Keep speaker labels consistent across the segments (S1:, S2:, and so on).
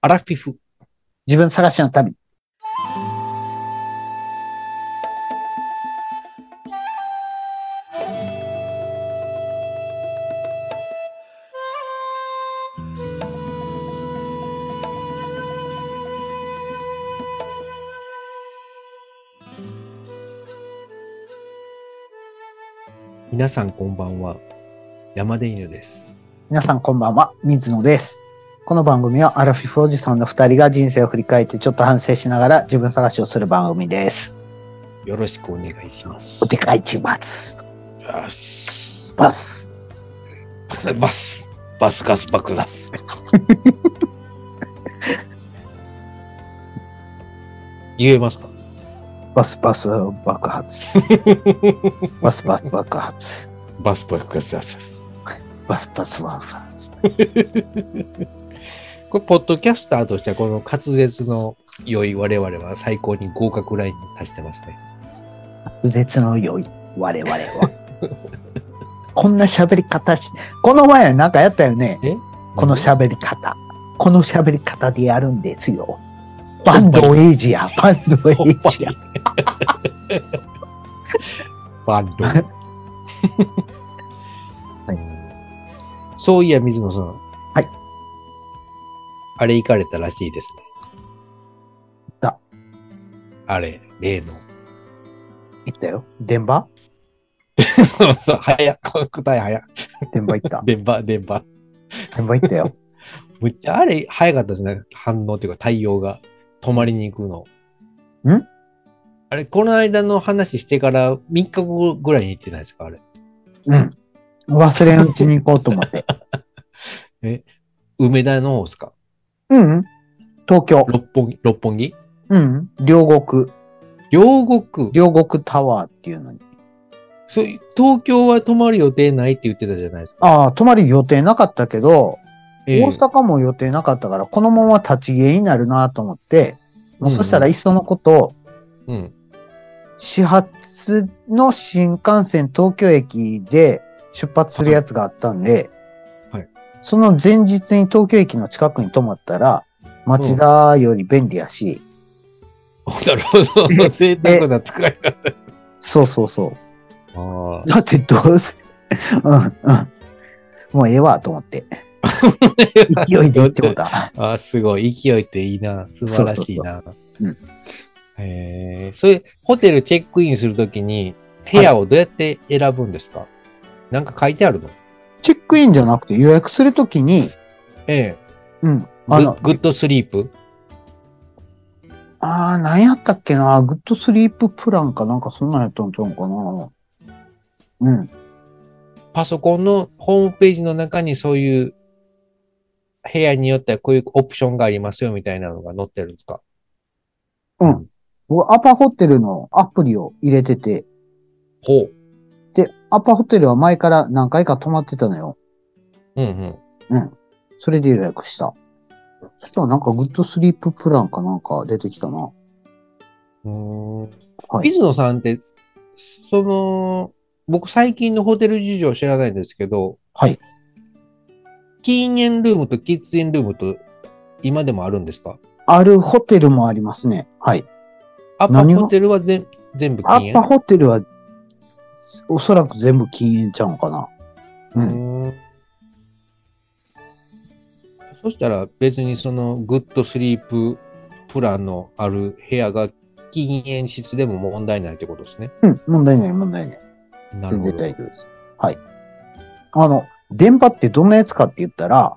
S1: アラフィフ。
S2: 自分探しの旅。
S1: 皆さんこんばんは。山出犬です。
S2: 皆さんこんばんは、水野です。この番組はアラフィフおじさんの二人が人生を振り返ってちょっと反省しながら自分探しをする番組です。
S1: よろしくお願いします。
S2: お手かいちます。
S1: よし。
S2: バス。
S1: バス。バスガス爆ガス。 言えますか
S2: バスバス爆発。バスバス爆発。
S1: バス爆ガスガスです。
S2: バスバスワンファス。
S1: これ、ポッドキャスターとしては、この滑舌の良い我々は最高に合格ラインに達してますね。
S2: 滑舌の良い我々は。こんな喋り方し、この前なんかやったよね。この喋り方。この喋り方でやるんですよ。バンドエイジア、バンドエイジア。
S1: バ ンド。そういや、水野さん。
S2: はい。
S1: あれ行かれたらしいですね。
S2: だ。
S1: あれ、例の。
S2: 行ったよ。電波
S1: そう そう、早っ、この答え早っ。
S2: 電波行った。
S1: 電波、電波。
S2: 電波行ったよ。
S1: むっちゃあれ、早かったですね。反応っていうか、対応が。泊まりに行くの。
S2: ん
S1: あれ、この間の話してから3日後ぐらいに行ってないですかあれ。
S2: うん。忘れんうちに行こうと思って。
S1: 梅田の方ですか
S2: うん。東京。
S1: 六本木六本木
S2: うん。両国。
S1: 両国。
S2: 両国タワーっていうのに。
S1: そう東京は泊まる予定ないって言ってたじゃないですか。
S2: ああ、泊まり予定なかったけど、
S1: ええ
S2: 大阪も予定なかったから、このまま立ち消えになるなと思って、もうそしたらいっそのこと、
S1: うん。
S2: 始発の新幹線東京駅で出発するやつがあったんで、
S1: はい
S2: その前日に東京駅の近くに泊まったら、町田より便利やし、
S1: なるほど。贅沢な使い方。
S2: そうそうそう。
S1: あ
S2: だってどうせ、うんうん。もうええわと思って。勢いで行ってもうた。
S1: あー、すごい。勢いっていいな。素晴らしいな。
S2: そう
S1: へえ。それ、ホテルチェックインするときに、部屋をどうやって選ぶんですか、なんか書いてあるの
S2: チェックインじゃなくて予約するときに、
S1: ええ。
S2: うん。あの
S1: グ、グッドスリープ
S2: あー、何やったっけな、グッドスリーププランかなんかそんなんやったんちゃうんかな。うん。
S1: パソコンのホームページの中にそういう部屋によってはこういうオプションがありますよみたいなのが載ってるんですか
S2: 僕、アパホテルのアプリを入れてて、
S1: ほう。
S2: で、アパホテルは前から何回か泊まってたのよ。
S1: うんうん。
S2: それで予約した。そしたらなんかグッドスリーププランかなんか出てきたな。
S1: うーん
S2: はい
S1: 水野さんって、その、僕最近のホテル事情知らないんですけど、
S2: はい。
S1: 禁煙ルームとキッズインルームと今でもあるんですか
S2: あるホテルもありますね。はい。
S1: アパ
S2: 何が
S1: ホテルは全全部
S2: ア
S1: 禁煙
S2: パホテルは、おそらく全部禁煙ちゃうんかな。う。
S1: うんーんそしたら別にそのグッドスリーププランのある部屋が禁煙室でも問題ないってことですね。
S2: うん、問題ない、問題ない。
S1: なる
S2: 全
S1: ほ
S2: 然
S1: ど。
S2: 大丈夫です。はい。あの、電波ってどんなやつかって言ったら、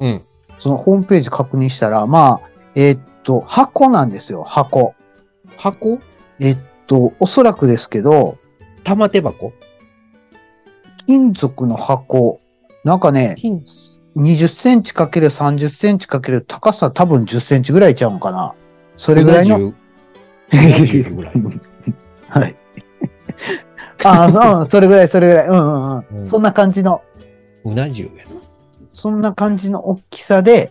S1: うん。
S2: そのホームページ確認したら、まあ、えーっと、箱なんですよ、箱。
S1: 箱
S2: えっと、おそらくですけど、
S1: 玉手箱
S2: 金属の箱、なんかね、
S1: 金
S2: 20センチかける30センチかける高さ多分10センチぐらいちゃうんかな。それぐらいの。
S1: うな10ぐらい
S2: はい。ああ、うんそれぐらい、それぐらい。うんうんうん。
S1: うん
S2: そんな感じの、
S1: な重やな。
S2: そんな感じの大きさで、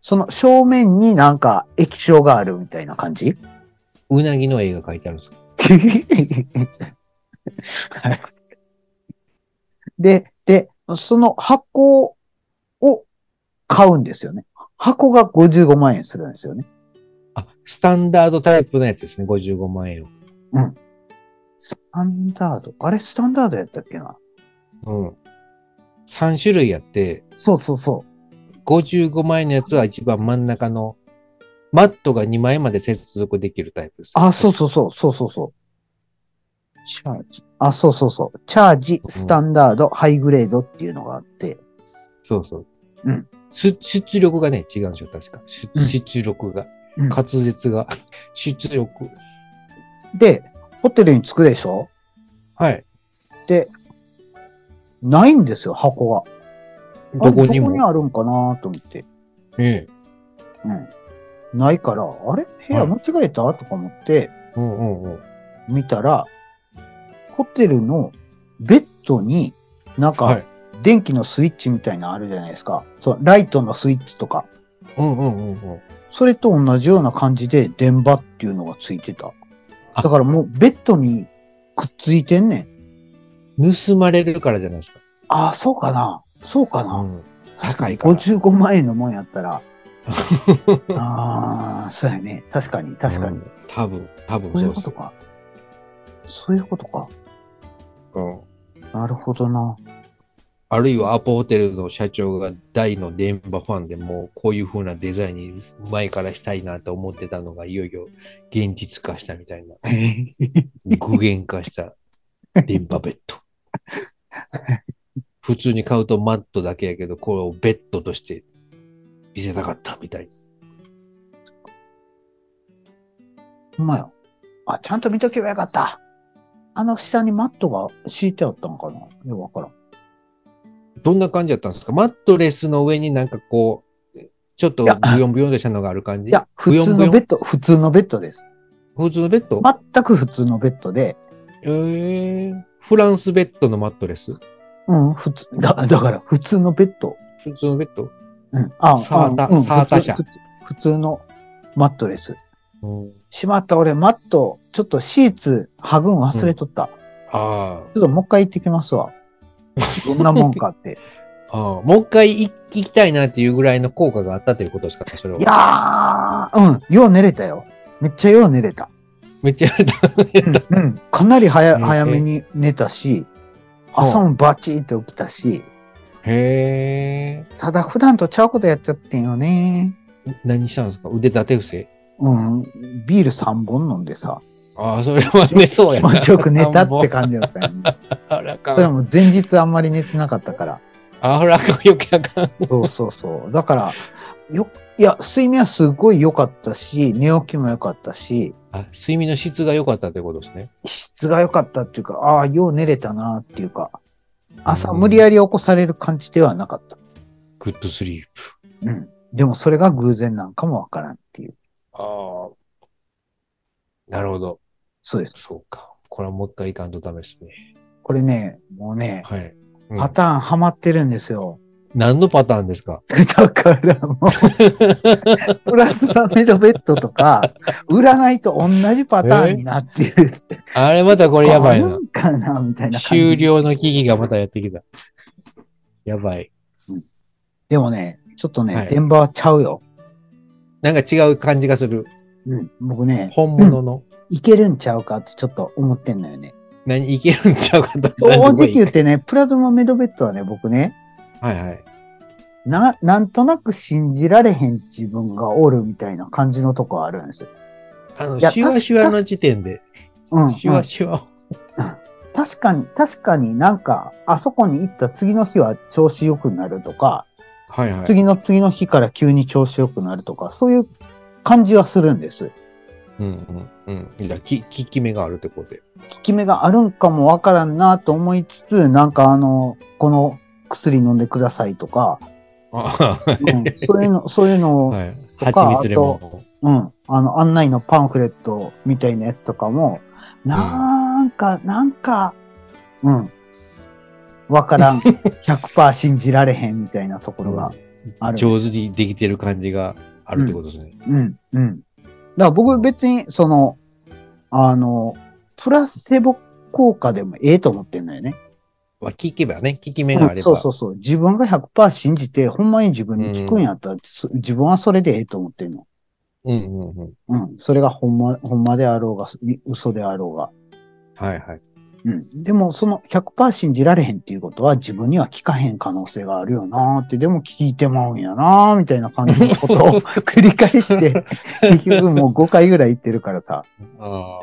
S2: その正面になんか液晶があるみたいな感じ
S1: うなぎの絵が描いてあるんですか
S2: はい で、で、その箱を買うんですよね。箱が55万円するんですよね。
S1: あ、スタンダードタイプのやつですね、55万円
S2: スタンダード。あれ、スタンダードやったっけな
S1: を。うん。3種類やって、
S2: そうそうそう。
S1: 55万円のやつは一番真ん中の、マットが2枚まで接続できるタイプです。
S2: あ、そうそうそう、そうそうそう。チャージ。あ、そうそうそう。チャージ、スタンダード、ハイグレードっていうのがあって。
S1: そうそう。
S2: うん
S1: 出出力がね、違うんですよ、確か。出
S2: うん
S1: 出力が。
S2: うん
S1: 滑舌が。 出力。
S2: で、ホテルに着くでしょ
S1: はい。
S2: で、ないんですよ、箱が。あ
S1: どこに
S2: どこに
S1: も。
S2: あるんかなと思って。
S1: ええ。
S2: うん。ないから、あれ部屋間違えた、とか思って
S1: うんうんうん。
S2: 見たら、ホテルのベッドに、なん
S1: は
S2: か
S1: い、
S2: 電気のスイッチみたいなのあるじゃないですか。そう、ライトのスイッチとか。
S1: うんうんうんうん。
S2: それと同じような感じで電波っていうのがついてた。
S1: あ
S2: だからもうベッドにくっついてんねん。
S1: 盗まれるからじゃないですか。
S2: ああ、そうかな。そうかな。
S1: うん。
S2: 確かに
S1: 高い
S2: 55万円のもんやっ たら。ああ、そうやね。確かに、確かに。
S1: うん。多分、多分
S2: そうい
S1: そううで
S2: こ
S1: す
S2: と。か。そういうことか。
S1: うん
S2: なるほど な。
S1: あるいはアポホテルの社長が大の電波ファンでもうこういう風なデザインに前からしたいなと思ってたのがいよいよ現実化したみたいな具現化した電波ベッド。 普通に買うとマットだけやけど、これをベッドとして見せたかったみたい。
S2: ほんまや。あ、ちゃんと見とけばよかった。あの下にマットが敷いてあったのかないや、わからん。
S1: どんな感じだったんですかマットレスの上になんかこう、ちょっと
S2: いや
S1: ブヨンブヨンとしたのがある感じ
S2: いや、普通のベッド、普通のベッドです。
S1: 普通のベッド、
S2: 全く普通のベッドで、
S1: えーフランスベッドのマットレス
S2: うん、普通、だだから普通のベッド。
S1: 普通のベッド
S2: うん、あ
S1: サータ
S2: あうん
S1: サータ社
S2: 普通普通のマットレス。
S1: うん
S2: しまった、俺、マット、ちょっとシーツ、ハグん忘れとった。
S1: あ
S2: ちょっともう一回行ってきますわ。どんなもんか って。。
S1: あああ、もう一回行きたいなっていうぐらいの効果があったということですかそれはい
S2: やー、うん、よう寝れたよ。めっちゃよう寝れた。
S1: めっちゃ
S2: うん、うんかなり早
S1: うん
S2: 早めに寝たし、
S1: うん
S2: 朝もバチーって起きたし、
S1: へえ。
S2: ただ普段とちゃうことやっちゃってんよね。
S1: 何したんですか腕立て伏せ
S2: うん、ビール3本飲んでさ、
S1: ああ、それは寝そうや
S2: 気持ちよく寝たって
S1: か。
S2: 感じだったよね。
S1: あらか
S2: それ
S1: ん。
S2: も前日あんまり寝てなかったから。
S1: あらかん、よくあかん。
S2: そうそうそう。だから、よ、いや、睡眠はすごい良かったし、寝起きも良かったし、
S1: あ、睡眠の質が良かったということですね。
S2: 質が良かったっていうか、ああ、よう寝れたなっていうか、朝
S1: うん
S2: 無理やり起こされる感じではなかった。
S1: グッドスリープ。
S2: うん。でもそれが偶然なんかもわからんっていう。
S1: ああ。なるほど。
S2: そうです。
S1: そうか。これはもう一回行かんとダメですね。
S2: これね、もうね、
S1: はい。うん
S2: パターンハマってるんですよ。
S1: 何のパターンですか
S2: だからもう、 プラスダメドベッドとか、占いと同じパターンになってる。
S1: あれまたこれやばい
S2: あ
S1: な
S2: る。んかなみたいな感じ。
S1: 終了の危機がまたやってきた。やばい。
S2: でもね、ちょっとね、
S1: はい
S2: 電波はちゃうよ。
S1: なんか違う感じがする。
S2: うん。僕ね、
S1: 本物の。
S2: いけるんちゃうかってちょっと思ってんのよね。
S1: 何、いけるんちゃうかと。何
S2: 正
S1: でも
S2: 直
S1: いい
S2: 言ってね、プラズマメドベッドはね、僕ね、
S1: はいはい。
S2: な、なんとなく信じられへん自分がおるみたいな感じのとこあるんですよ。
S1: あの、
S2: いや
S1: シュワシュワの時点で、
S2: うん、うん。
S1: シュワシュワ。
S2: 確かに、確かになんか、あそこに行った次の日は調子良くなるとか、
S1: はいはい。
S2: 次の次の日から急に調子良くなるとか、そういう感じはするんです。
S1: うんうんうん。じゃあ、き、効き目があるってことで。
S2: 効き目があるんかもわからんなと思いつつ、なんかあの、この薬飲んでくださいとか、
S1: ああ、
S2: うん、そういうの、そういうのを、
S1: はい。
S2: とか
S1: 蜂蜜レモ
S2: うん、あの案内のパンフレットみたいなやつとかも、なんか、なんか、うん、わか らん、100%信じられへんみたいなところがあ
S1: ン。
S2: る。
S1: 上手にできてる感じがあるってことですね。
S2: うん、うん。だから僕別に、その、あの、プラセボ効果でもええと思ってんのよね。
S1: は聞けばね、聞き目があれば。
S2: そうそうそう。自分が100%信じて、ほんまに自分に聞くんやったら、そ自分はそれでええと思ってんの。
S1: うんうんうん。
S2: うん。それがほんま、ほんまであろうが、い嘘であろうが。
S1: はいはい。
S2: うん。でも、その100%信じられへんっていうことは、自分には聞かへん可能性があるよなーって、でも聞いてまうんやなーみたいな感じのことを繰り返して、結局もう5回ぐらい言ってるからさ。
S1: あ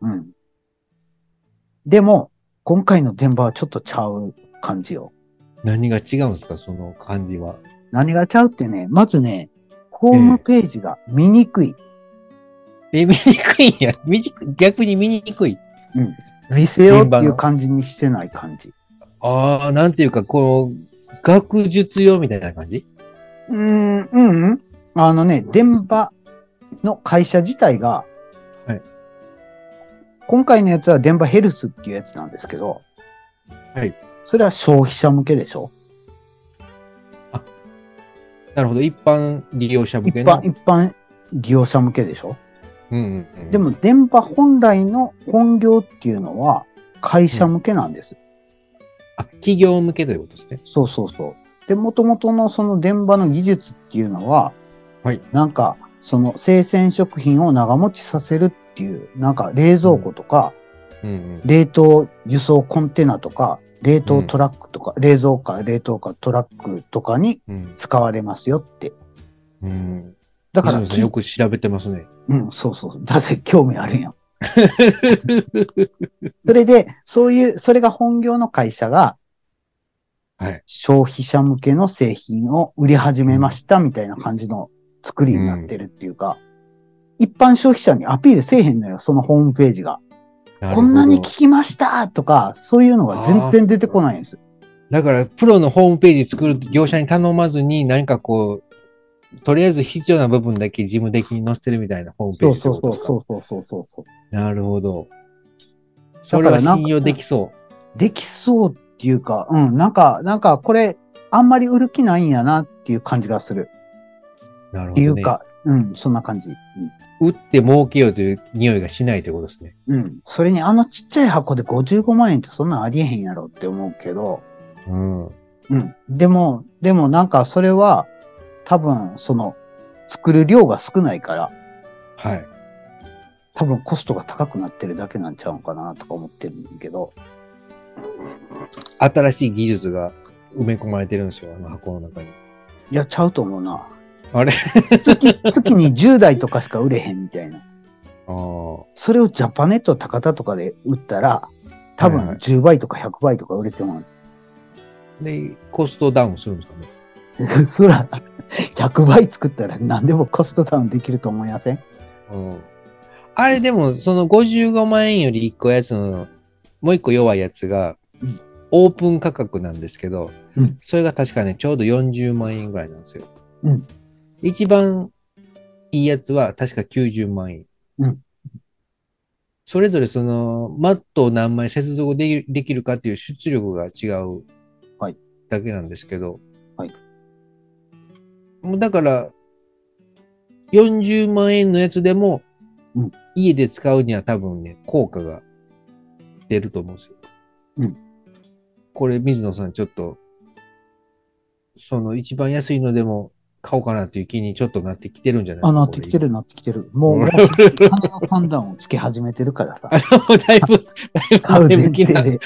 S2: うん。でも、今回の電波はちょっとちゃう感じよ。
S1: あ。何が違うんですか、その感じは。
S2: 何がちゃうってね、まずね、ホームページが見にくい。
S1: え、見にくいんや。見にく逆に見にくい。
S2: 見せようっていう感じにしてない感じ。
S1: ああ、なんていうか、この、学術用みたいな感じ
S2: うーん、うん、うん。あのね、電波の会社自体が、
S1: はい
S2: 今回のやつは電波ヘルスっていうやつなんですけど、
S1: はい。
S2: それは消費者向けでしょ
S1: なるほど。一般利用者向
S2: 一
S1: けの
S2: 般、。一般利用者向けでしょ
S1: うんうんうん、
S2: でも、電波本来の本業っていうのは会社向けなんです。
S1: あ、企業向けということですね。
S2: そうそうそう。で、元々のその電波の技術っていうのは、
S1: はい
S2: なんか、その生鮮食品を長持ちさせるっていう、なんか冷蔵庫とか、
S1: うんうん。
S2: 冷凍輸送コンテナとか、冷凍トラックとか、冷蔵か冷凍かトラックとかに
S1: うん。
S2: 使われますよって。
S1: うん。
S2: だ
S1: だ
S2: か、
S1: からら、よく調べてますね。
S2: うん、そうそう。だって興味あるやん。 それで、そういう、それが本業の会社が、
S1: はい
S2: 消費者向けの製品を売り始めましたみたいな感じの作りになってるっていうか、一般消費者にアピールせえへんのよ、そのホームページが。
S1: るほど
S2: こんなに聞きましたとか、そういうのが全然出てこないんです。
S1: だから、プロのホームページ作る業者に頼まずに、何かこう、とりあえず必要な部分だけ事務的に載せてるみたいなホームペー
S2: そう
S1: ジって
S2: そう
S1: こと
S2: そう
S1: ですか
S2: そうそうそうそう。
S1: なるほど。それは信用できそ
S2: できそうっていうか、うん、なんか、なんかこれ、あんまり売る気ないんやなっていう感じがする。
S1: う。なる
S2: っ
S1: ほ
S2: て
S1: ど、ね。
S2: いうか、うん、そんな感じ。
S1: 打って儲けようという匂いがしないということですね。
S2: うん。うん、それに、あのちっちゃい箱で55万円ってそんなんありえへんやろって思うけど、
S1: うん。
S2: うん。でも、でもなんかそれは、多分、その、作る量が少ないから、
S1: はい。
S2: 多分コストが高くなってるだけなんちゃうんかなとか思ってるんだけど、
S1: 新しい技術が埋め込まれてるんですよ、あの箱の中に。
S2: いや、ちゃうと思うな。
S1: あ れ
S2: 月、月に10台とかしか売れへんみたいな。
S1: ああ。
S2: それをジャパネット高田とかで売ったら、多
S1: はいは
S2: 分
S1: い
S2: 10倍とか100倍とか売れても
S1: で、コストダウンするんですかね。
S2: らう。 そら、100倍作ったら何でもコストダウンできると思いません
S1: うん。あれでも、その55万円より1個やつの、もう1個弱いやつが
S2: うん、
S1: オープン価格なんですけど、
S2: うん
S1: それが確かね、ちょうど40万円ぐらいなんですよ。
S2: うん
S1: 一番いいやつは確か90万円。
S2: うん
S1: それぞれその、マットを何枚接続できできるかっていう出力が違う
S2: はい
S1: だけなんですけど、
S2: はい
S1: もうだから、40万円のやつでも、
S2: うん
S1: 家で使うには多分ね、効果が出ると思うんですよ。
S2: うん
S1: これ、水野さん、ちょっと、その一番安いのでも買おうかなっていう気にちょっとなってきてるんじゃない
S2: あ、なってきてる、なってきてる。もう、もう、金の判断をつけ始めてるか らさ
S1: あ、。そう、だいぶ、だ
S2: 買う
S1: いぶ前向
S2: 前提
S1: きな、
S2: で。っ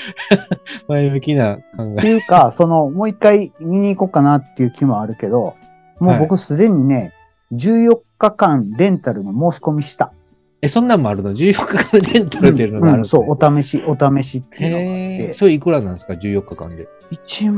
S1: 前向きな考
S2: ていうか、その、もう一回見に行こうかなっていう気もあるけど、もう僕すでにね、14日間レンタルの申し込みした。
S1: え。え、そんなんもあるの ?14 日間レンタルっていうのがあ
S2: う
S1: る
S2: ん
S1: んです
S2: そ
S1: ね
S2: う、お試し、お試しっていうのがあっ
S1: へ
S2: て
S1: え、。それいくらなんですか ?14 日間で。
S2: 1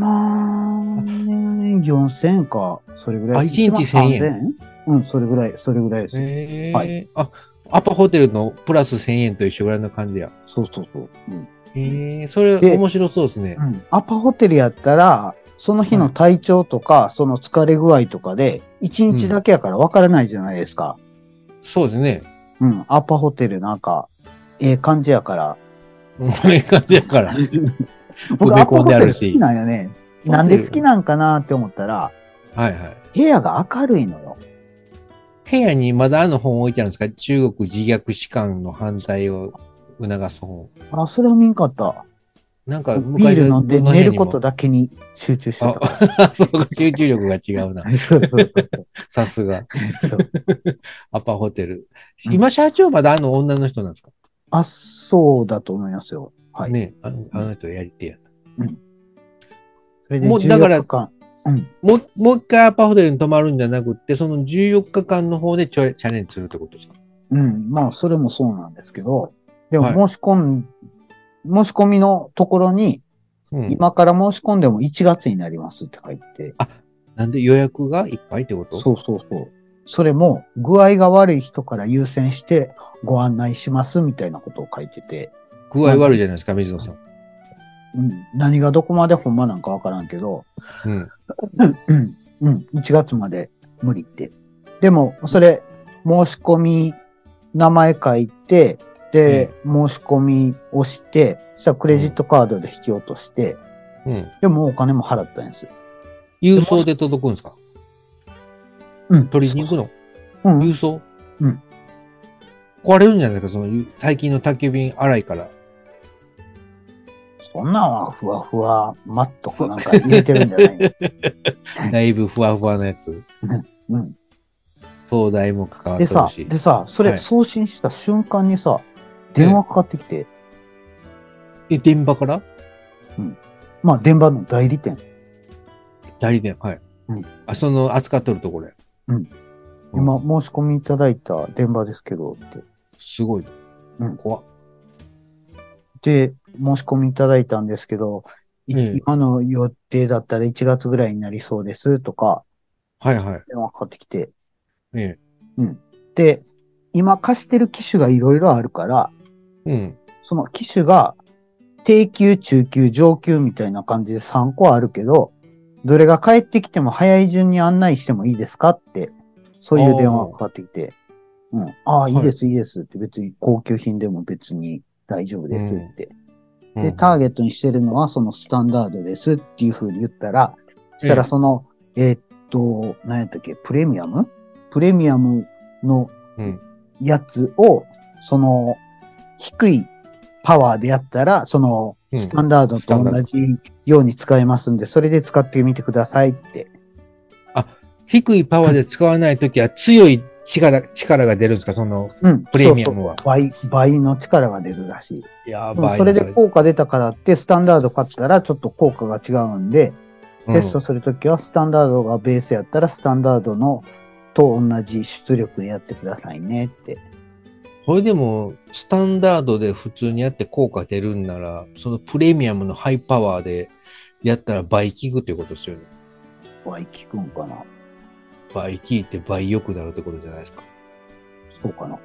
S2: 万4000円か、それぐらい。
S1: あ一日
S2: 1万
S1: 1000円
S2: 3000うん、それぐらい、それぐらいです。
S1: へえ、
S2: は
S1: あ、アパホテルのプラス1000円と一緒ぐらいの感じや。
S2: そうそうそう。うん。
S1: へえ、それ
S2: で
S1: 面白そうですね。
S2: うんアパホテルやったら、その日の体調とか、その疲れ具合とかで、1日だけやから分からないじゃないですか。
S1: そうですね。
S2: うん、アパホテルなんか、ええ感じ やから。
S1: こういう感じやから。
S2: 僕、アパ
S1: 込ん
S2: ホ
S1: で
S2: テ
S1: あ
S2: ル
S1: る
S2: 好
S1: し
S2: きなんよね。なんで好きなんかなって思ったら、
S1: はいはい。
S2: 部屋が明るいのよ。
S1: 部屋にまだあの本置いてあるんですか中国自虐史観の反対を促す本。
S2: あ、それは見んかった。
S1: なんか
S2: ビール飲んで寝ること
S1: だ。
S2: だけに集中してたから。
S1: あ そうか、集中力が違うな。
S2: そうそうそう
S1: さすが。
S2: そう。
S1: アパホテル。
S2: うん
S1: 今、社長まだあの女の人なんですか、
S2: あ、そうだと思いますよ。はい。
S1: ねあのあの人やりてえやな。
S2: それで
S1: もうだから
S2: 14日間うん。
S1: もうもう一回アパホテルに泊まるんじゃなくって、その14日間の方でチャチャレンジするってことですか
S2: うん。まあ、それもそうなんですけど、で
S1: は
S2: も申し込ん、申し込みのところに、
S1: うん。
S2: 今から申し込んでも1月になりますって書いて、
S1: なんで予約がいっぱいってこと
S2: そうそうそう。それも、具合が悪い人から優先してご案内しますみたいなことを書いてて、
S1: 具合悪いじゃないですか、水野さん。
S2: うん、何がどこまでほんまなんかわからんけど、
S1: うん。
S2: うん、うん、うん、1月まで無理って。でも、それ、申し込み、名前書いて、で、申し込みをして、そしたらクレジットカードで引き落として、
S1: うん。
S2: でもうお金も払ったんですよ。
S1: 郵送で届くんですか
S2: うん。
S1: 取りに行くの
S2: うん、
S1: 郵送
S2: うん。
S1: 壊れるんじゃないですかそのゆ最近の宅急便荒いから。
S2: そんなんはふわふわ、マットかなんか入れてるんじ ゃない
S1: だいぶふわふわなやつ。
S2: うん。
S1: 東大も関わって
S2: で
S1: る
S2: さ、
S1: し。
S2: でさ、そ
S1: は
S2: れ
S1: い
S2: 送信した瞬間にさ、電話かかってきて、
S1: え、電波から
S2: まあ電話の代理店。
S1: 代理店。はい。
S2: うん
S1: あ、その扱っとるところや。
S2: うん。今、申し込みいただいた電話ですけどって。
S1: すごい。
S2: うん
S1: 怖っ
S2: で、申し込みいただいたんですけど、い
S1: ええ
S2: 今の予定だったら1月ぐらいになりそうですとか、
S1: はいはい。
S2: 電話かかってきて。
S1: え
S2: で、今貸してる機種がいろいろあるから、
S1: え。うん。
S2: その機種が低級、中級、上級みたいな感じで3個あるけど、どれが返ってきても早い順に案内してもいいですかって、そういう電話がかかってきて、うん、ああ、いいです、いいですって別に高級品でも別に大丈夫ですって。
S1: う
S2: で、
S1: ん
S2: ターゲットにしてるのはそのスタンダードですっていう風に言ったら、そした
S1: え
S2: ら
S1: え
S2: その、えーっと、何やったっけ、プレミアムプレミアムの
S1: うん
S2: やつを、その、低いパワーでやったら、その、
S1: うん
S2: スタンダード
S1: スタン
S2: と
S1: ダー
S2: 同じように使えますんで、それで使ってみてくださいって。
S1: 低いパワーで使わないときは強い力、力が出るんですかその
S2: うん。
S1: プレミアムは
S2: そうそう倍、倍の力が出るらしい。
S1: や
S2: うんそれで効果出たからって、スタンダード買ったらちょっと効果が違うんで、テストするときはスタンダードがベースやったらスタンダードのと同じ出力でやってくださいねって。
S1: これでも、スタンダードで普通にやって効果出るんなら、そのプレミアムのハイパワーでやったら倍効くってことですよね。
S2: はい、聞くんかな
S1: 倍効いて倍良くなるってことじゃないですか。
S2: そうかな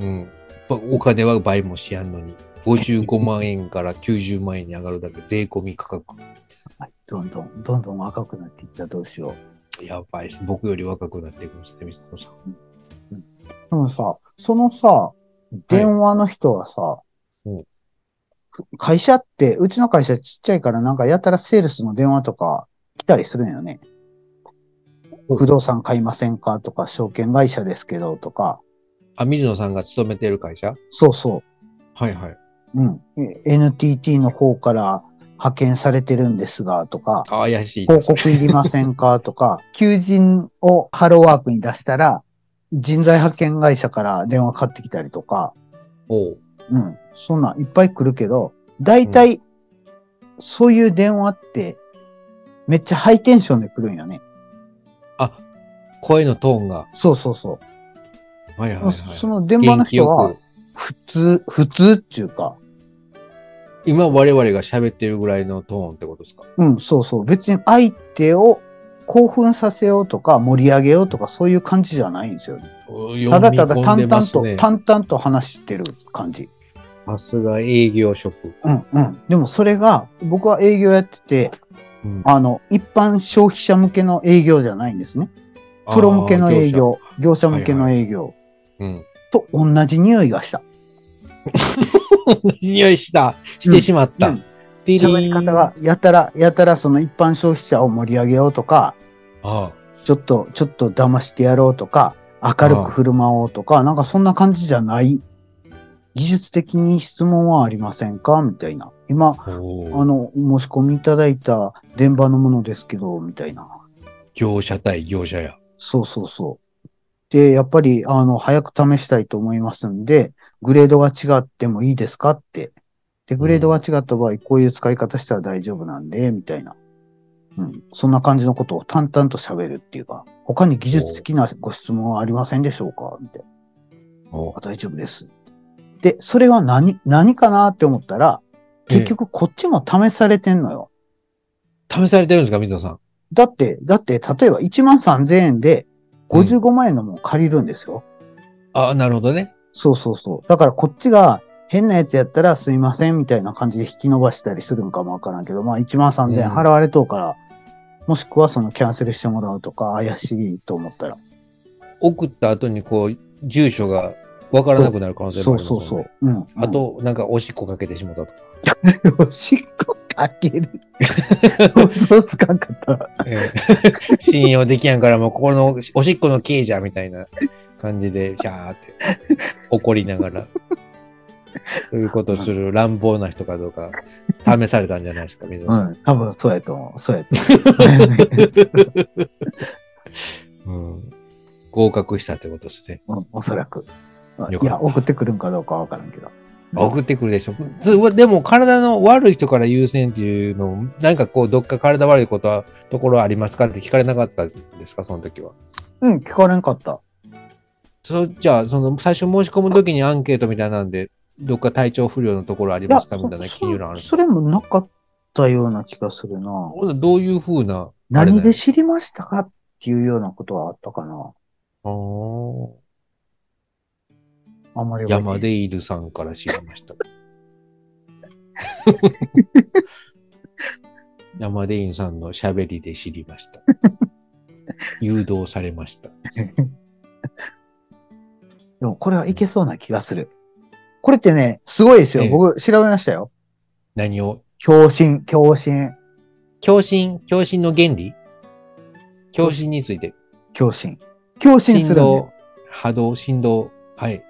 S1: うん。やっぱお金は倍もしやんの に、55万円から90万円に上がるだけ税込み価格。
S2: はい、どんどん、どんどん若くなっていったらどうしよ
S1: やばいです。僕より若くなっていくんですね、水野さん。
S2: う。でもさ、そのさ、電話の人はさ、
S1: うん
S2: 会社って、うちの会社ちっちゃいからなんかやたらセールスの電話とか来たりするんよね。
S1: うん
S2: 不動産買いませんかとか、証券会社ですけどとか、
S1: あ、水野さんが勤めてる会社
S2: そうそう。
S1: はいはい。
S2: うん、え NTT の方から派遣されてるんですが、とか、
S1: あ怪しいな。
S2: 広告いりませんか、 とか、求人をハローワークに出したら、人材派遣会社から電話かかってきたりとか、
S1: おう
S2: うん、そんなんいっぱい来るけど、大体、そういう電話って、めっちゃハイテンションで来るんよね。
S1: あ、声のトーンが。
S2: そうそうそう。
S1: はいはいはい。
S2: その電話の人
S1: 元気
S2: は
S1: よ、く
S2: 普通、普通っていうか、
S1: 今我々が喋ってるぐらいのトーンってことですか
S2: うん、そうそう。別に相手を興奮させようとか盛り上げようとかそういう感じじゃないんですよね。ただただ淡々と、
S1: ね、
S2: 淡々と話してる感じ。
S1: さすが営業職。
S2: うんうん。でもそれが、僕は営業やってて、
S1: うん
S2: あの、一般消費者向けの営業じゃないんですね。プロ向けの営業、業者向けの営業
S1: あー。業者
S2: と同じ匂いがした。
S1: うん。 匂いした。してしまった。
S2: うん
S1: ティリーン
S2: 喋り方が、やたら、やたらその一般消費者を盛り上げようとか、
S1: あ
S2: ちょっと、ちょっと騙してやろうとか、明るく振る舞おうとか、なんかそんな感じじゃない技術的に質問はありませんかみたいな。今、あ
S1: おー
S2: の、お申し込みいただいた電話のものですけど、みたいな。
S1: 業者対業者や。
S2: そうそうそう。で、やっぱり、あの、早く試したいと思いますんで、グレードが違ってもいいですかって。で、グレードが違った場合、こういう使い方したら大丈夫なんで、みたいな。うん。そんな感じのことを淡々と喋るっていうか、他に技術的なご質問はありませんでしょうかみたいな。
S1: おー
S2: あ大丈夫です。で、それは何、何かなって思ったら、結局こっちも試されてんのよ。
S1: 試されてるんですか、水野さん。
S2: だって、だって、例えば1万3000円で55万円のもの借りるんですよ。
S1: ああ、なるほどね。
S2: そうそうそう。だからこっちが変なやつやったらすいませんみたいな感じで引き伸ばしたりするんかもわからんけど、まあ1万3000円
S1: うん
S2: 払われとうから、もしくはそのキャンセルしてもらうとか怪しいと思ったら。
S1: 送った後にこう、住所がわからなくなる可能性も
S2: そ
S1: あ
S2: う
S1: ります
S2: そ
S1: もん
S2: う
S1: ね
S2: そう。うん。
S1: あと、なんかおしっこかけてしまったとか。
S2: うん、おしっこかけ る。そうそうつかんかった。
S1: ええ 信用できやんから、もうここのおしっこの刑じゃみたいな感じで、シャーって怒りながら、そういうことをする乱暴な人かどうか、試されたんじゃないですか、水野
S2: う
S1: さん。
S2: ん。多分そうやと思う。そうやと思
S1: うん合格したってことですね。
S2: ううん。おそらく。
S1: よ
S2: い
S1: かった
S2: や、送ってくるんかどうかわからんけど。
S1: 送ってくるでしょ。つでも、体の悪い人から優先っていうのも、なんかこう、どっか体悪いことは、ところありますかって聞かれなかったんですか、その時は。
S2: うん、聞かれんかった。
S1: そじゃあ、その最初申し込むときにアンケートみたいなんで、どっか体調不良のところあり
S2: いや
S1: ますかみたいな記入欄あるん
S2: そ
S1: です
S2: そ
S1: か
S2: れもなかったような気がするな。
S1: ほんならどういうふうな。あれだ
S2: 何
S1: よ
S2: で知りましたかっていうようなことはあったかな。
S1: あー
S2: あんまり覚えてない
S1: 山デイルさんから知り ました。山デイルさんの喋りで知りま した。誘導されました。
S2: でもこれはいけそうな気がする。これってね、すごいです
S1: ええ
S2: よ。僕調べましたよ。
S1: 何を
S2: 共振、共振、
S1: 共振、共振の原理共振について。
S2: 共振。共振す
S1: 振
S2: るんで。
S1: 動、波動、振動、はい。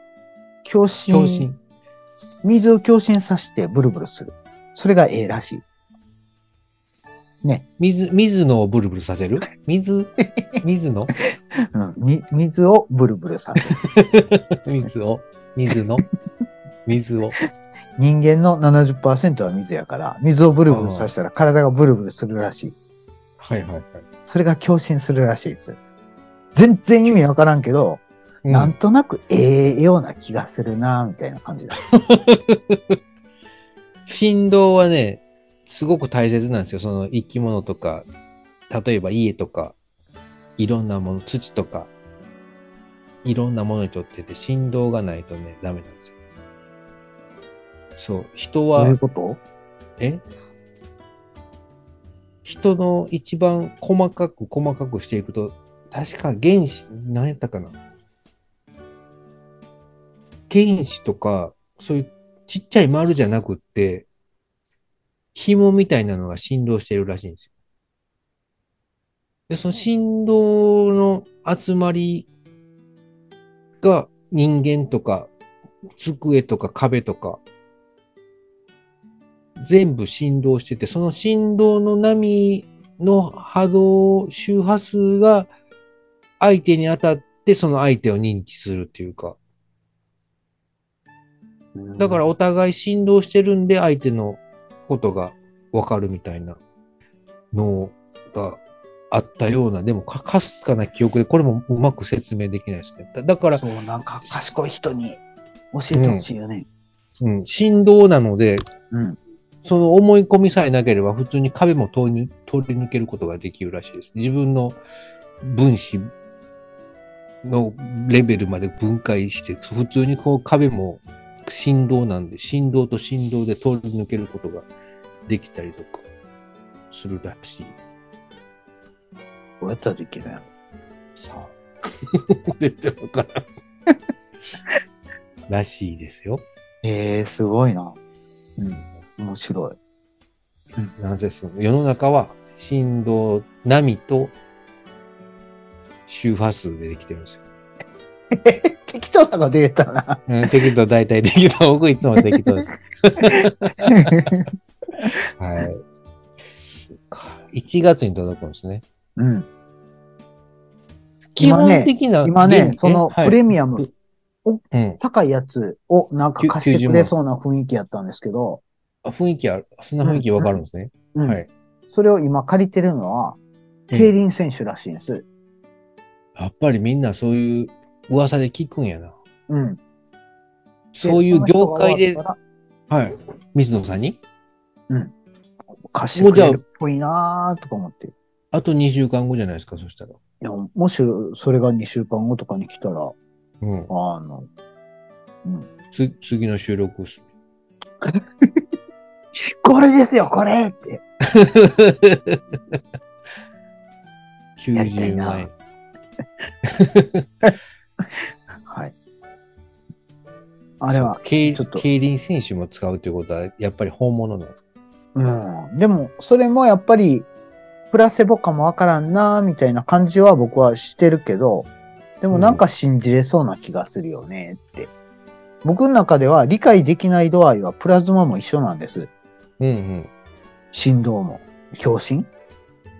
S2: 共振。
S1: 共振。
S2: 水を共振させてブルブルする。それがええらしい。
S1: 水、水のをブルブルさせる水、水の
S2: うん。み、水をブルブルさせる。
S1: 水を、水の、水を。
S2: 人間の70%は水やから、水をブルブルさせたら体がブルブルするらしい。
S1: はいはいはい。
S2: それが共振するらしいです。全然意味わからんけど、
S1: う
S2: なんとなくええような気がするな、みたいな感じだ。
S1: 振動はね、すごく大切なんですよ。その生き物とか、例えば家とか、いろんなもの、土とか、いろんなものにとってて振動がないとね、ダメなんですよ。そう、人
S2: どうい
S1: は
S2: う、こと
S1: え人の一番細かく細かくしていくと、確か原子、何やったかな原子とか、そういうちっちゃい丸じゃなくって、紐みたいなのが振動しているらしいんですよ。で、その振動の集まりが人間とか、机とか壁とか、全部振動してて、その振動の波の波動、周波数が相手に当たって、その相手を認知するっていうか。だからお互い振動してるんで、相手のことがわかるみたいなのがあったような、でもかかすかな記憶で、これもうまく説明できないですね。だだから、
S2: そう、なんか賢い人に教えてほしいよね。
S1: うん、振動なので、
S2: うん。
S1: その思い込みさえなければ、普通に壁も通り通り抜けることができるらしいです。自分の分子のレベルまで分解して、普通にこう壁も振動なんで、振動と振動で通り抜けることができたりとかするらしい。
S2: どうやったらできるんやろ。
S1: さ あ。出てるからんらしいですよ。
S2: ええすごいな。うん。面白い。
S1: なぜその世の中は振動、波と周波数でできてるんですよ。
S2: 適当なの出た な。
S1: うん、 適当、大体適当。僕いつも適当 です。はい。そうか。1月に届くんですね。
S2: うん。
S1: 基
S2: 今
S1: 本
S2: ね
S1: 的な
S2: 今
S1: 原
S2: ね
S1: 理、
S2: その
S1: はい
S2: プレミアム、
S1: うん。
S2: 高いやつをなんか貸してくれそうな雰囲気やったんですけど、
S1: あ雰囲気ある。そんな雰囲気わかるんですね。
S2: うん
S1: はい。
S2: それを今借りてるのは、
S1: うん
S2: 競輪選手らしいんです。
S1: やっぱりみんなそういう噂で聞くんやな。
S2: うん。
S1: そういう
S2: で
S1: 業界で
S2: その人が終わ、ったら
S1: はい。水野さんに、
S2: 貸してくれるっぽいなーとか思って。い
S1: あと2週間後じゃないですか、そしたら。
S2: や、もしそれが2週間後とかに来たら、
S1: うん。
S2: あの、
S1: つ次の収録っす。
S2: これですよ、これって。 やりたい
S1: 90
S2: な
S1: 万円。
S2: はい。あれは
S1: そう、競
S2: ちょっと
S1: 競輪選手も使うということは、やっぱり本物なんですか
S2: うん。でも、それもやっぱり、プラセボかもわからんなーみたいな感じは僕はしてるけど、でもなんか信じれそうな気がするよねって。僕の中では理解できない度合いはプラズマも一緒なんです。
S1: うんうん。
S2: 振動も、共振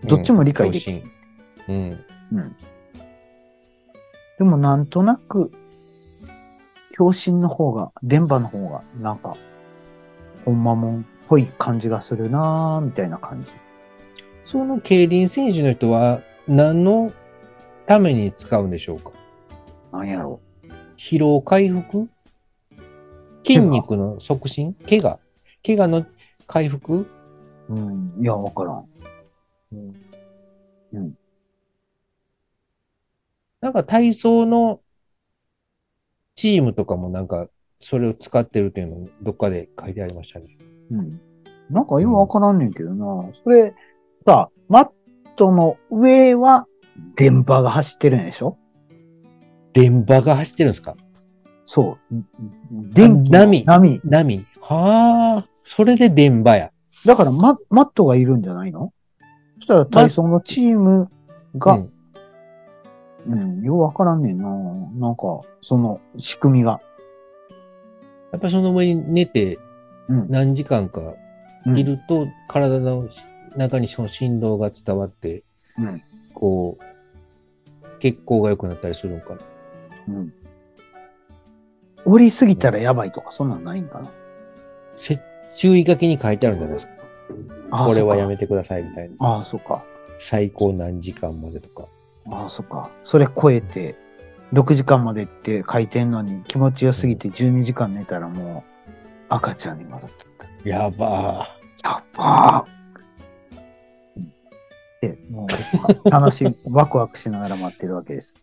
S2: どっちも理解でき
S1: る。共振うん。
S2: でもなんとなく、共振の方が、電波の方が、なんか、ほんまもんっぽい感じがするなーみたいな感じ。
S1: その競輪選手の人は、何のために使うんでしょうか
S2: なんやろ
S1: 疲労回復筋肉の促進怪我怪我の回復
S2: う。うん、いや、わからん。うん
S1: なんか体操のチームとかもなんかそれを使ってるっていうのどっかで書いてありましたね。
S2: うん。なんかようわからんねんけどな。それ、さ、マットの上は電波が走ってるんでしょ
S1: 電波が走ってるんですか
S2: そう。電気の
S1: 波
S2: 波。
S1: 波はあ、それで電波や。
S2: だからマ、マットがいるんじゃないのそしたら体操のチームが、
S1: うん
S2: うん、ようわからんねんな。なんか、その仕組みが。
S1: やっぱりその上に寝て
S2: うん。
S1: 何時間か
S2: うん
S1: いると体の中にその振動が伝わって、
S2: うん
S1: こう、血行が良くなったりするのかな。
S2: うん。降りすぎたらやばいとか、そんなんないんかな。
S1: せ注意書きに書いてあるんじゃないですか。
S2: あ
S1: これはや
S2: め。
S1: めてくださいみたいな。
S2: ああ、そっか。
S1: 最高何時間までとか。
S2: ああ、そっか。それ超えて、6時間までって書いてんのに気持ちよすぎて12時間寝たらもう赤ちゃんに戻ってた。
S1: やば
S2: やっばーで、もう 楽しい、ワクワクしながら待ってるわけです。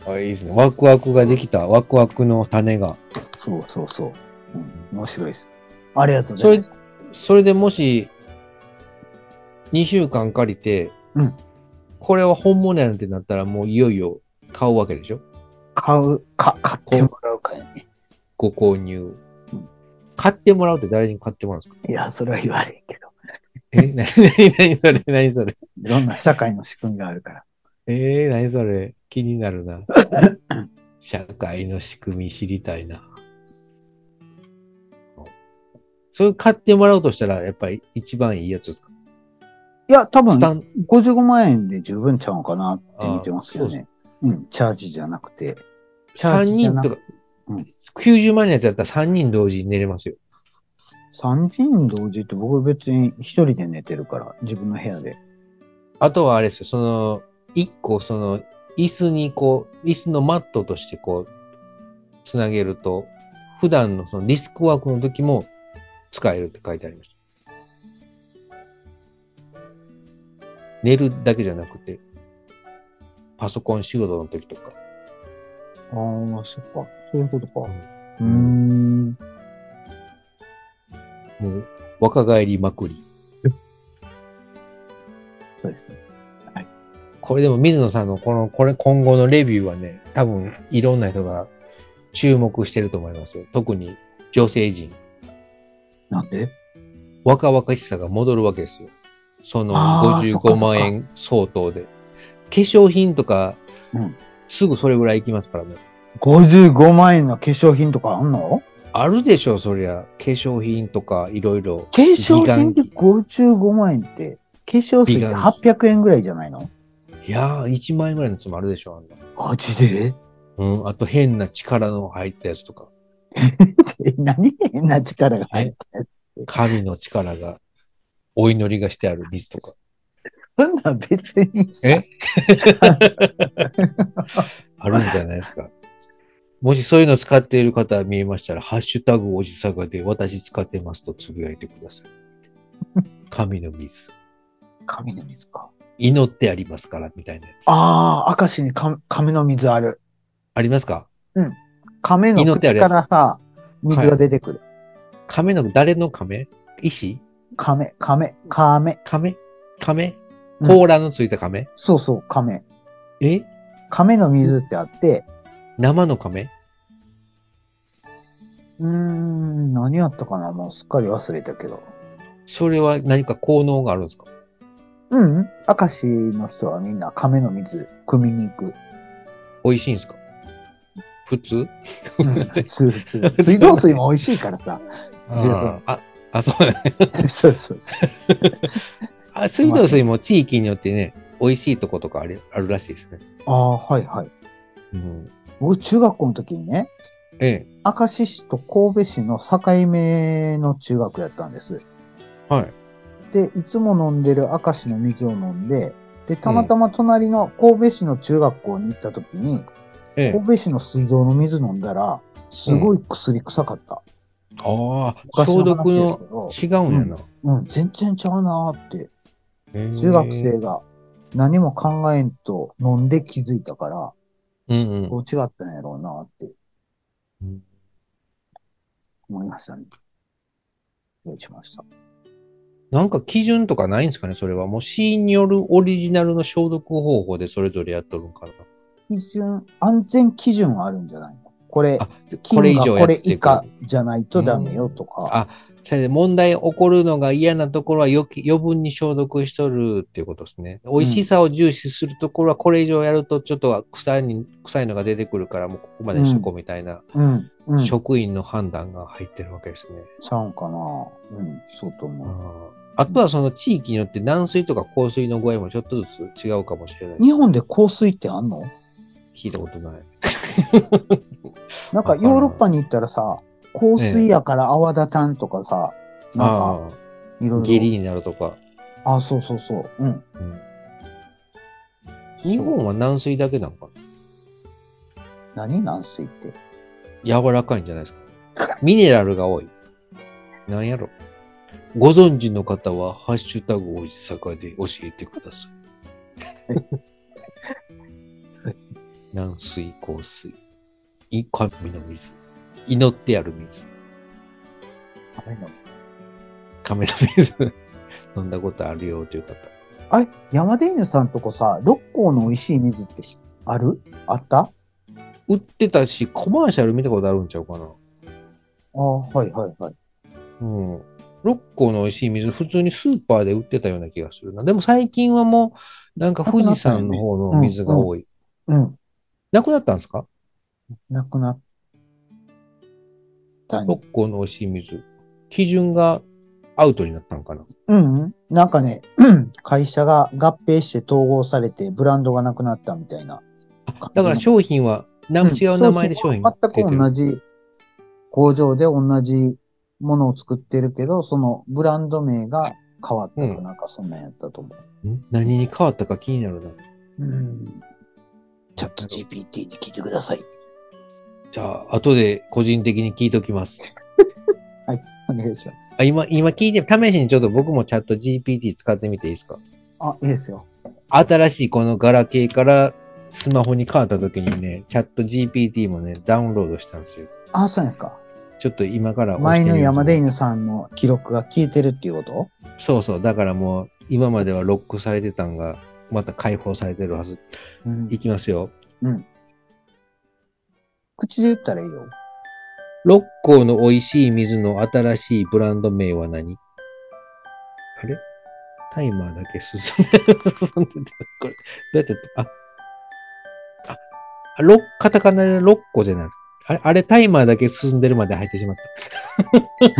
S1: ー。あいいですね。ワクワクができた。ワクワクの種が。
S2: そうそうそう。うん、面白いです。ありがとうご
S1: そ
S2: ざい
S1: れ
S2: ます。、
S1: それでもし、2週間借りて、
S2: うん
S1: これは本物やんってなったら、もういよいよ買うわけでしょ
S2: 買う、か、買ってもらうかやね。
S1: ご購入
S2: うん。
S1: 買ってもらうって誰に買ってもらうんですか
S2: いや、それは言われんけど。
S1: え なになにそれなにそれ
S2: いろんな社会の仕組みがあるから。
S1: えー、なにそれ気になる な。社会の仕組み知りたいな。それ買ってもらおうとしたら、やっぱり一番いいやつですか
S2: いや、多分
S1: ス、タン
S2: 55万円で十分ちゃうかなって見てますけど
S1: あー
S2: ね。うん、チャージじゃなくて。チャー
S1: 3
S2: ジじゃ
S1: 人
S2: な
S1: とか、
S2: うん
S1: 90万円のやつだったら3人同時に寝れますよ。
S2: 3人同時って僕別に一人で寝てるから、自分の部屋で。
S1: あとはあれですよ、その、1個、その、椅子にこう、椅子のマットとしてこう、つなげると、普段のそのディスクワークの時も使えるって書いてありました。寝るだけじゃなくて、パソコン仕事の時とか。
S2: ああ、そっか。そういうことか。うー。
S1: うんもう、若返りまくり。
S2: そうです。
S1: これでも水野さんのこの、これ今後のレビューはね、多分いろんな人が注目してると思いますよ。特に女性陣。
S2: なんで
S1: 若々しさが戻るわけですよ。その
S2: あー
S1: 55万円相当で。化粧品とか、
S2: うん
S1: すぐそれぐらいいきますからね。
S2: 55万円の化粧品とかあんの
S1: あるでしょ、そりゃ。化粧品とかいろいろ。
S2: 化粧品で55万円って、化粧水って800円ぐらいじゃないの
S1: いやー、1万円ぐらいのやつもあるでしょ、あんな。
S2: マジで
S1: うん、あと変な力の入ったやつとか、
S2: え何変な力が入ったやつ。
S1: 神の力が、お祈りがしてある水とか。
S2: そんなん別にさ
S1: えあるんじゃないですか。もしそういうの使っている方が見えましたら、ハッシュタグおじさがで私使ってますとつぶやいてください。神の水。
S2: 神の水か。
S1: 祈ってありますから、みたいなやつ。あ
S2: ああ、明石にか亀の水ある。
S1: りますか
S2: 亀の
S1: 祈ってあ
S2: 口
S1: るや
S2: か
S1: つ
S2: らさ、水が出てくる。
S1: 亀の、誰の亀石
S2: 亀、亀、亀。
S1: 亀亀
S2: うん
S1: 甲羅のついた亀、
S2: そうそう、亀。
S1: え
S2: 亀の水ってあって、
S1: 生の亀
S2: うーん、何やったかなもうすっかり忘れたけど。
S1: それは何か効能があるんですか
S2: うん、明石の人はみんな亀の水汲みに行く。
S1: 美味しいんですか普通
S2: 普通、普通。水道水も美味しいからさ。 十分
S1: あ、あ、そうだね。
S2: そうそうそう。
S1: あ水道水も地域によってね、美味しいとことかあるあるらしいですね。
S2: ああ、はいはい。
S1: うん。
S2: 僕、中学校の時にね、
S1: ええ。
S2: 明石市と神戸市の境目の中学やったんです。
S1: はい。
S2: で、いつも飲んでる明石の水を飲んで、で、たまたま隣の神戸市の中学校に行った時に、
S1: ええ。
S2: 神戸市の水道の水飲んだら、すごい薬臭かった。
S1: ああ、
S2: 昔
S1: 消
S2: の
S1: 毒
S2: 話です
S1: の
S2: けど、
S1: 違うんやな。
S2: うん、全然ちゃうなーって、
S1: へえ
S2: 中学生。が何も考えんと飲んで気づいたから、
S1: うんうん
S2: こう違ったんやろうなーって
S1: うん。
S2: 思いましたね。失礼しました。
S1: なんか基準とかないんですかね、それは。もう C によるオリジナルの消毒方法でそれぞれやっとるんかな。
S2: 基準、安全基準はあるんじゃないのこれ
S1: あ、これ
S2: 金
S1: 以
S2: が
S1: 上
S2: こ
S1: やっ
S2: れ
S1: て
S2: 以下じゃないとダメよと
S1: うん
S2: か。
S1: あそれで問題起こるのが嫌なところは余計余分に消毒しとるっていうことですね。美味しさを重視するところはこれ以上やるとちょっとは臭いに臭いのが出てくるからもうここまでにしとこうみたいな
S2: うん、うん。ちゃ
S1: 職員の判断が入ってるわけですね。
S2: うんかな。うん、そうと
S1: あ
S2: 思。。
S1: ーあとはその地域によって軟水とか硬水の具合もちょっとずつ違うかもしれないう
S2: 日本で香水ってあんの
S1: 聞いたことない。
S2: なんかヨーロッパに行ったらさ、香水やから泡立たんとかさ、なんか
S1: あ
S2: い
S1: あ
S2: ろ
S1: ー、下痢
S2: いろ。
S1: になるとか。
S2: あ、そうそうそう。うん。
S1: うん日本は軟水だけなのかな
S2: 何軟水って。
S1: 柔らかいんじゃないですか。ミネラルが多い。なんやろ。ご存知の方は、ハッシュタグおじさかで教えてください。軟水、硬水、い神の水、祈ってある水、
S2: あれの
S1: 亀の水、 飲んだことあるよという方。
S2: あれ山田犬さんとこさ、六甲の美味しい水ってしあるあった
S1: 売ってたし、コマーシャル見たことあるんちゃうかな。
S2: あはいはいはい。
S1: うん。六甲の美味しい水、普通にスーパーで売ってたような気がするな。でも最近はもう、なんか富士山の方の水が多い。
S2: うん。
S1: なくなったんですか
S2: なくなったね。
S1: 六甲の美味しい水。基準がアウトになったのかな
S2: うんうん。なんかね、会社が合併して統合されて、ブランドがなくなったみたいな。
S1: だから商品は、な違う名前で商品が
S2: 全
S1: 出て
S2: く
S1: る
S2: 同じ工場で同じものを作ってるけど、そのブランド名が変わった
S1: う
S2: かなんかそんなんやったと思
S1: ん何に変わったか気になるな。
S2: う。うん。チャット GPT に聞いてください。
S1: じゃあ、後で個人的に聞いときます。
S2: お願いします。
S1: あ今、今聞いて、試しにちょっと僕もチャット GPT 使ってみていいですか
S2: あ、いいですよ。
S1: 新しいこのガラケーからスマホに変わった時にね、チャット GPT もね、ダウンロードしたんですよ。
S2: あ、そうなんですか。
S1: ちょっと今から押し
S2: 前
S1: てみよう
S2: の
S1: と
S2: 山田犬さんの記録が消えてるっていうこと
S1: そうそう。だからもう、今まではロックされてたんが、また解放されてるはず。
S2: うん
S1: いきますよ。
S2: 口で言ったらい いよ。
S1: 六甲の美味しい水の新しいブランド名は何あれタイマーだけ進んで、進んでて、これ、どうやってやった、あ、あ、六カタカナで6個じゃない。あれ、あれタイマーだけ進んでるまで入ってしまった。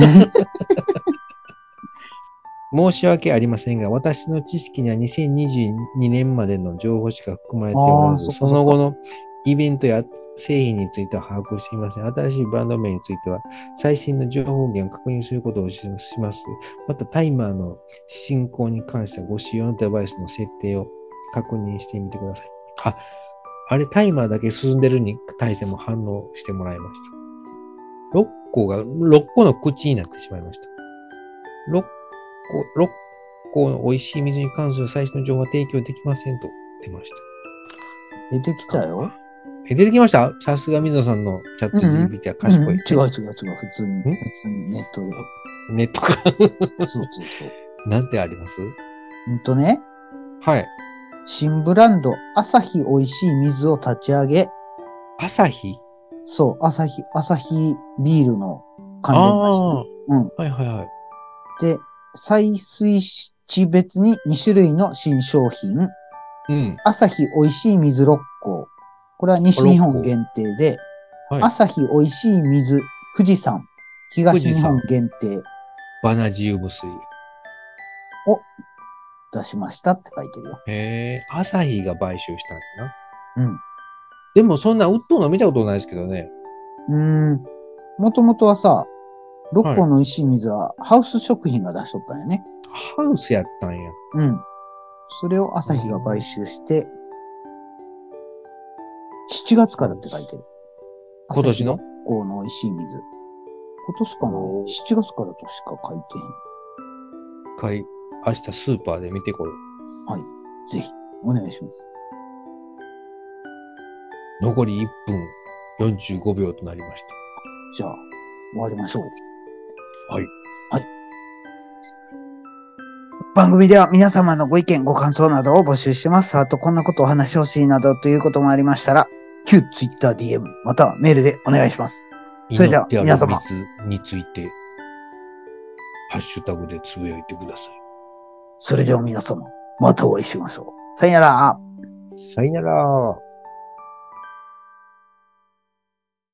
S1: 申し訳ありませんが、私の知識には2022年までの情報しか含まれておらず、
S2: あーそっ
S1: そ
S2: かそっか
S1: の後のイベントや製品については把握していません。新しいブランド名については、最新の情報源を確認することをお示します。また、タイマーの進行に関しては、ご使用のデバイスの設定を確認してみてください。あ、あれ、タイマーだけ進んでるに対しても反応してもらいました。6個が、6個の口になってしまいました。6個、6個の美味しい水に関する最新の情報は提供できませんと出ました。
S2: 出てきたよ。
S1: え、出てきましたさすが水野さんのチャット GPT は
S2: う
S1: 賢
S2: ん
S1: い。
S2: 違う違う違う、普通に、
S1: ん
S2: 普通にネットで。
S1: ネットか。
S2: そうそうそう。
S1: なんてあります
S2: ほんとね、
S1: はい。
S2: 新ブランド、朝日美味しい水を立ち上げ、
S1: 朝日
S2: そう、朝日、朝日ビールの関連会社
S1: あ
S2: ね
S1: あ。
S2: うん
S1: はいはいはい。
S2: で、採水地別に2種類の新商品、
S1: うん。
S2: 朝日美味しい水6個。これは西日本限定で、
S1: はい
S2: 朝日美味しい水富士山、東日本限定
S1: バナジウム水。
S2: 出しましたって書いてるよ。
S1: へえ、朝日が買収したんやな。
S2: うん。
S1: でもそんな売っとうの見たことないですけどね。
S2: うーん。もともとはさ、6個の美味しい水はハウス食品が出しとったんやね。
S1: ハウスやったんや。
S2: うん。それを朝日が買収して、7月からって書いてる。
S1: 今年の
S2: 朝日六甲の美味しい水。今年かな
S1: おー
S2: ?7 月からとしか書いて
S1: 一回、明日スーパーで見てこよう。
S2: へん。ぜひ、お願いします。
S1: 残り1分45秒となりました。
S2: じゃあ、終わりましょう。
S1: はい。
S2: はい。番組では皆様のご意見、ご感想などを募集してます。あと、こんなことお話してほしいなどということもありましたら、旧 Twitter、DM、またはメールでお願いします。それでは
S1: 祈って
S2: 皆
S1: ある
S2: 様
S1: 水について、ハッシュタグでつぶやいてくださ
S2: それでは皆様、またお会いしましょう。さよなら。
S1: い。さよなら。